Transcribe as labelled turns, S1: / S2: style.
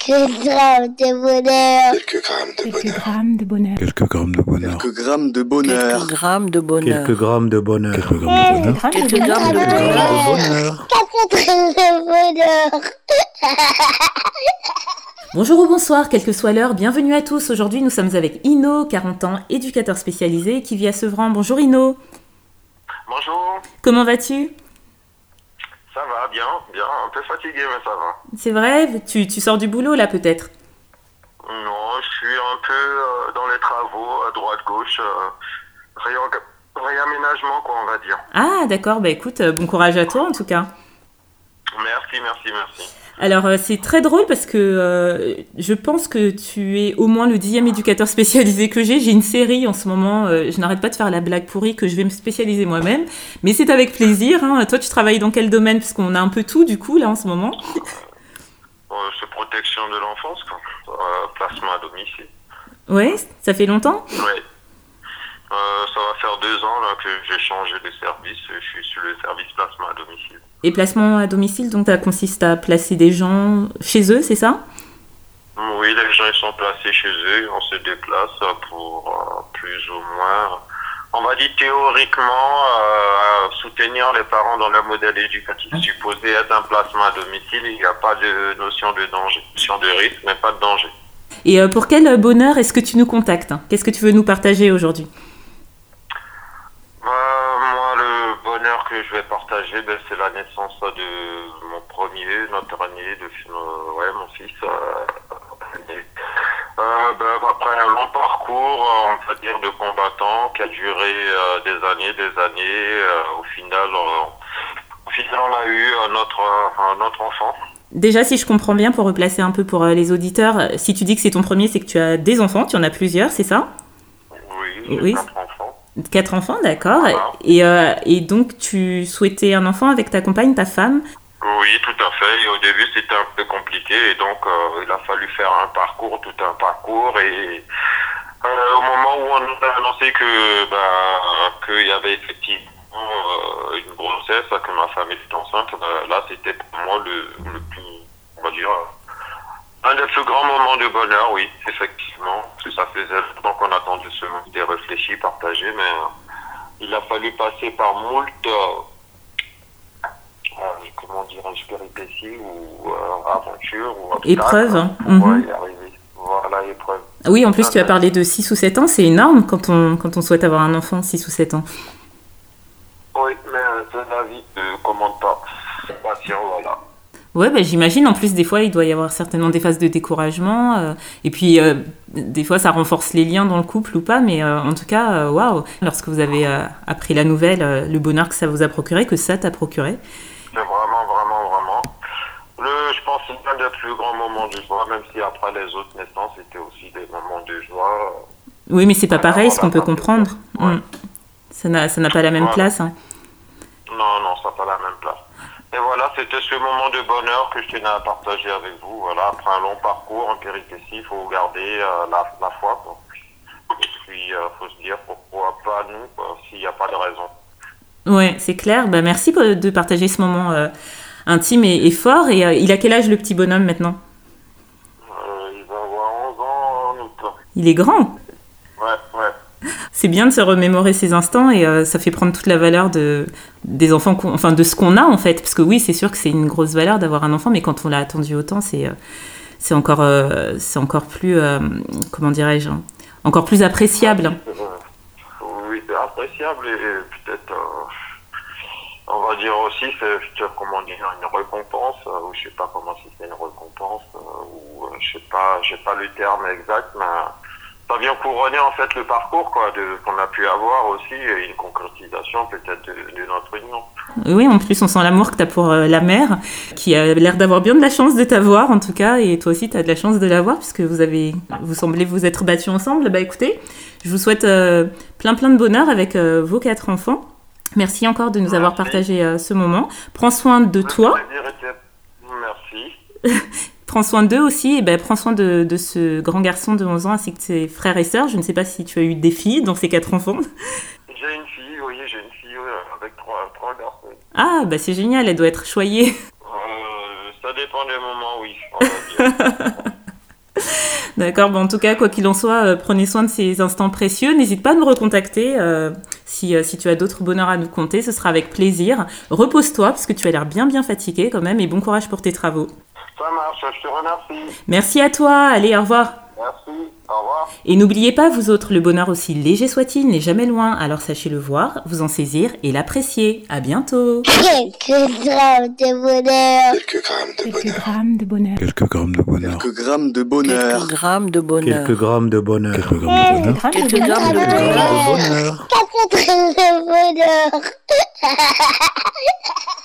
S1: Quelques grammes de bonheur.
S2: Quelques grammes de
S3: Quelques
S2: bonheur.
S3: grammes de bonheur.
S4: Quelques grammes de bonheur.
S5: Quelques grammes de
S6: Quelques
S5: bonheur.
S6: grammes de bonheur.
S7: Quelques grammes de bonheur.
S4: Quelques grammes de bonheur.
S3: Quelques
S6: Quelques
S3: grammes
S6: grammes
S3: de
S6: de
S3: bonheur.
S7: bonheur.
S1: Quatre grammes de bonheur.
S8: Bonjour ou bonsoir, quelle que soit l'heure, bienvenue à tous. Aujourd'hui, nous sommes avec Ino, 40 ans, éducateur spécialisé, qui vit à Sevran. Bonjour Ino,
S9: Bonjour,
S8: comment vas-tu
S9: ça va bien, bien, un peu fatigué mais ça va.
S8: C'est vrai tu, tu sors du boulot là peut-être
S9: Non, je suis un peu euh, dans les travaux, à droite, gauche, euh, réorga- réaménagement quoi on va dire.
S8: Ah d'accord, bah écoute, euh, bon courage à toi en tout cas.
S9: Merci, merci, merci.
S8: Alors euh, c'est très drôle parce que euh, je pense que tu es au moins le dixième éducateur spécialisé que j'ai. J'ai une série en ce moment, euh, je n'arrête pas de faire la blague pourrie que je vais me spécialiser moi-même, mais c'est avec plaisir. hein. Toi tu travailles dans quel domaine Parce qu'on a un peu tout du coup là en ce moment.
S9: Euh, c'est protection de l'enfance quoi, Euh, placement à domicile.
S8: Ouais, ça fait longtemps
S9: Ouais. Euh, ça va faire deux ans là, que j'ai changé de service, je suis sur le service placement à domicile.
S8: Et placement à domicile, donc ça consiste à placer des gens chez eux, c'est ça
S9: Oui, les gens ils sont placés chez eux, on se déplace euh, pour euh, plus ou moins, on va dire théoriquement, euh, soutenir les parents dans leur modèle éducatif. Supposé être un placement à domicile, il n'y a pas de notion de danger, notion de risque, mais pas de danger.
S8: Et euh, pour quel bonheur est-ce que tu nous contactes Qu'est-ce que tu veux nous partager aujourd'hui
S9: Euh, moi, le bonheur que je vais partager, ben, c'est la naissance de mon premier, notre aîné, de euh, ouais, mon fils. euh, aîné. Euh, ben, après un long parcours, euh, on va dire, de combattant qui a duré euh, des années, des années, euh, au final, euh, au final, on a eu euh, notre, euh, notre enfant.
S8: Déjà, si je comprends bien, pour replacer un peu pour euh, les auditeurs, euh, si tu dis que c'est ton premier, c'est que tu as des enfants, tu en as plusieurs, c'est ça
S9: Oui, j'ai
S8: Oui.
S9: quatre enfants.
S8: Quatre enfants, d'accord.
S9: Voilà.
S8: Et, euh, et donc, tu souhaitais un enfant avec ta compagne, ta femme.
S9: Oui, tout à fait. Et au début, c'était un peu compliqué. Et donc, euh, il a fallu faire un parcours, tout un parcours. Et euh, au moment où on nous a annoncé que bah, qu'il y avait effectivement euh, une grossesse, que ma femme était enceinte, bah, là, c'était pour moi le, le plus, on va dire, euh, un des plus grands moments de bonheur, oui, effectivement. Parce que ça faisait longtemps qu'on attendait ce moment. C'était réfléchi, partagé, mais euh, il a fallu passer par moult... euh, euh, comment dire, une péripétie ou euh, aventure ou obstacle
S8: Épreuve, hein.
S9: pour, euh,
S8: Mhm.
S9: y arriver. Voilà, épreuve.
S8: Ah Oui, en plus, tu as parlé de 6 ou 7 ans, c'est énorme quand on, quand on souhaite avoir un enfant, 6 ou 7 ans.
S9: Oui, mais euh, c'est la vie, euh, commande pas. Patient, voilà.
S8: Ouais, bah, j'imagine. En plus, des fois, il doit y avoir certainement des phases de découragement. euh, et puis, euh, des fois, ça renforce les liens dans le couple ou pas. Mais euh, en tout cas, euh, waouh, lorsque vous avez euh, appris la nouvelle, euh, le bonheur que ça vous a procuré, que ça t'a procuré.
S9: C'est vraiment, vraiment, vraiment. Le, je pense que c'est l'un des plus grands moments de joie, même si après les autres naissances, c'était aussi des moments de joie.
S8: Oui, mais c'est pas
S9: Ah,
S8: pareil, ce qu'on
S9: voilà,
S8: peut
S9: parfait.
S8: comprendre.
S9: Ouais.
S8: Mm. Ça n'a ça n'a pas la même
S9: Voilà.
S8: place. hein.
S9: Non, non, ça n'a pas la même place. Et voilà, c'était ce moment de bonheur que je tenais à partager avec vous. Voilà, après un long parcours, un péripétie, il faut garder euh, la, la foi. quoi. Et puis, il faut se dire pourquoi pas nous, quoi, s'il n'y a pas de raison.
S8: Ouais, c'est clair. Bah, merci euh, de partager ce moment euh, intime et, et fort. Et euh, il a quel âge le petit bonhomme maintenant
S9: Euh, il va avoir 11 ans en août.
S8: Il est grand.
S9: Ouais, ouais.
S8: C'est bien de se remémorer ces instants et euh, ça fait prendre toute la valeur de, des enfants, qu'on- enfin de ce qu'on a en fait. Parce que oui, c'est sûr que c'est une grosse valeur d'avoir un enfant, mais quand on l'a attendu autant, c'est euh, c'est encore, euh, c'est encore plus, euh, comment dirais-je, hein, encore plus appréciable.
S9: Euh, Oui, c'est appréciable et euh, peut-être, euh, on va dire aussi, c'est je sais pas comment dire, une récompense, euh, ou je sais pas comment si c'est une récompense, euh, ou euh, je sais pas, j'ai pas le terme exact, mais ça vient couronner en fait le parcours quoi, de qu'on a pu avoir aussi, et une concrétisation peut-être de, de notre union.
S8: Oui, en plus, on sent l'amour que tu as pour euh, la mère, qui a l'air d'avoir bien de la chance de t'avoir, en tout cas, et toi aussi, tu as de la chance de l'avoir, puisque vous avez, vous semblez vous être battus ensemble. Bah écoutez, je vous souhaite euh, plein plein de bonheur avec euh, vos quatre enfants. Merci encore de nous avoir
S9: Merci.
S8: partagé euh, ce moment. Prends soin de
S9: Le
S8: toi,
S9: plaisir était- Merci.
S8: prends soin d'eux aussi, et ben prends soin de, de ce grand garçon de 11 ans ainsi que de ses frères et sœurs. Je ne sais pas si tu as eu des filles dans ces quatre enfants.
S9: J'ai une fille, oui, j'ai une fille euh, avec trois, trois garçons.
S8: Ah, bah c'est génial, elle doit être choyée.
S9: Euh, ça dépend des moments, oui. on va dire.
S8: D'accord, bon, en tout cas, quoi qu'il en soit, euh, prenez soin de ces instants précieux. N'hésite pas à nous recontacter euh, si, euh, si tu as d'autres bonheurs à nous conter, ce sera avec plaisir. Repose-toi, parce que tu as l'air bien bien fatigué quand même, et bon courage pour tes travaux.
S9: Ça marche, je te remercie.
S8: Merci à toi, allez, au revoir.
S9: Merci, au revoir.
S8: Et n'oubliez pas, vous autres, le bonheur aussi léger soit-il n'est jamais loin, alors sachez le voir, vous en saisir et l'apprécier. À bientôt
S1: Quelques grammes de bonheur.
S2: Quelques grammes de bonheur.
S3: Quelques grammes de bonheur.
S7: Quelques grammes de bonheur.
S2: Quelques grammes de bonheur.
S4: Quelques grammes de bonheur.
S7: Quelques grammes de bonheur. Quelques
S1: grammes de
S3: Quelques grammes de
S4: Quelques
S3: bonheur.
S4: grammes de bonheur.
S7: bonheur.
S1: Quatre grammes de bonheur.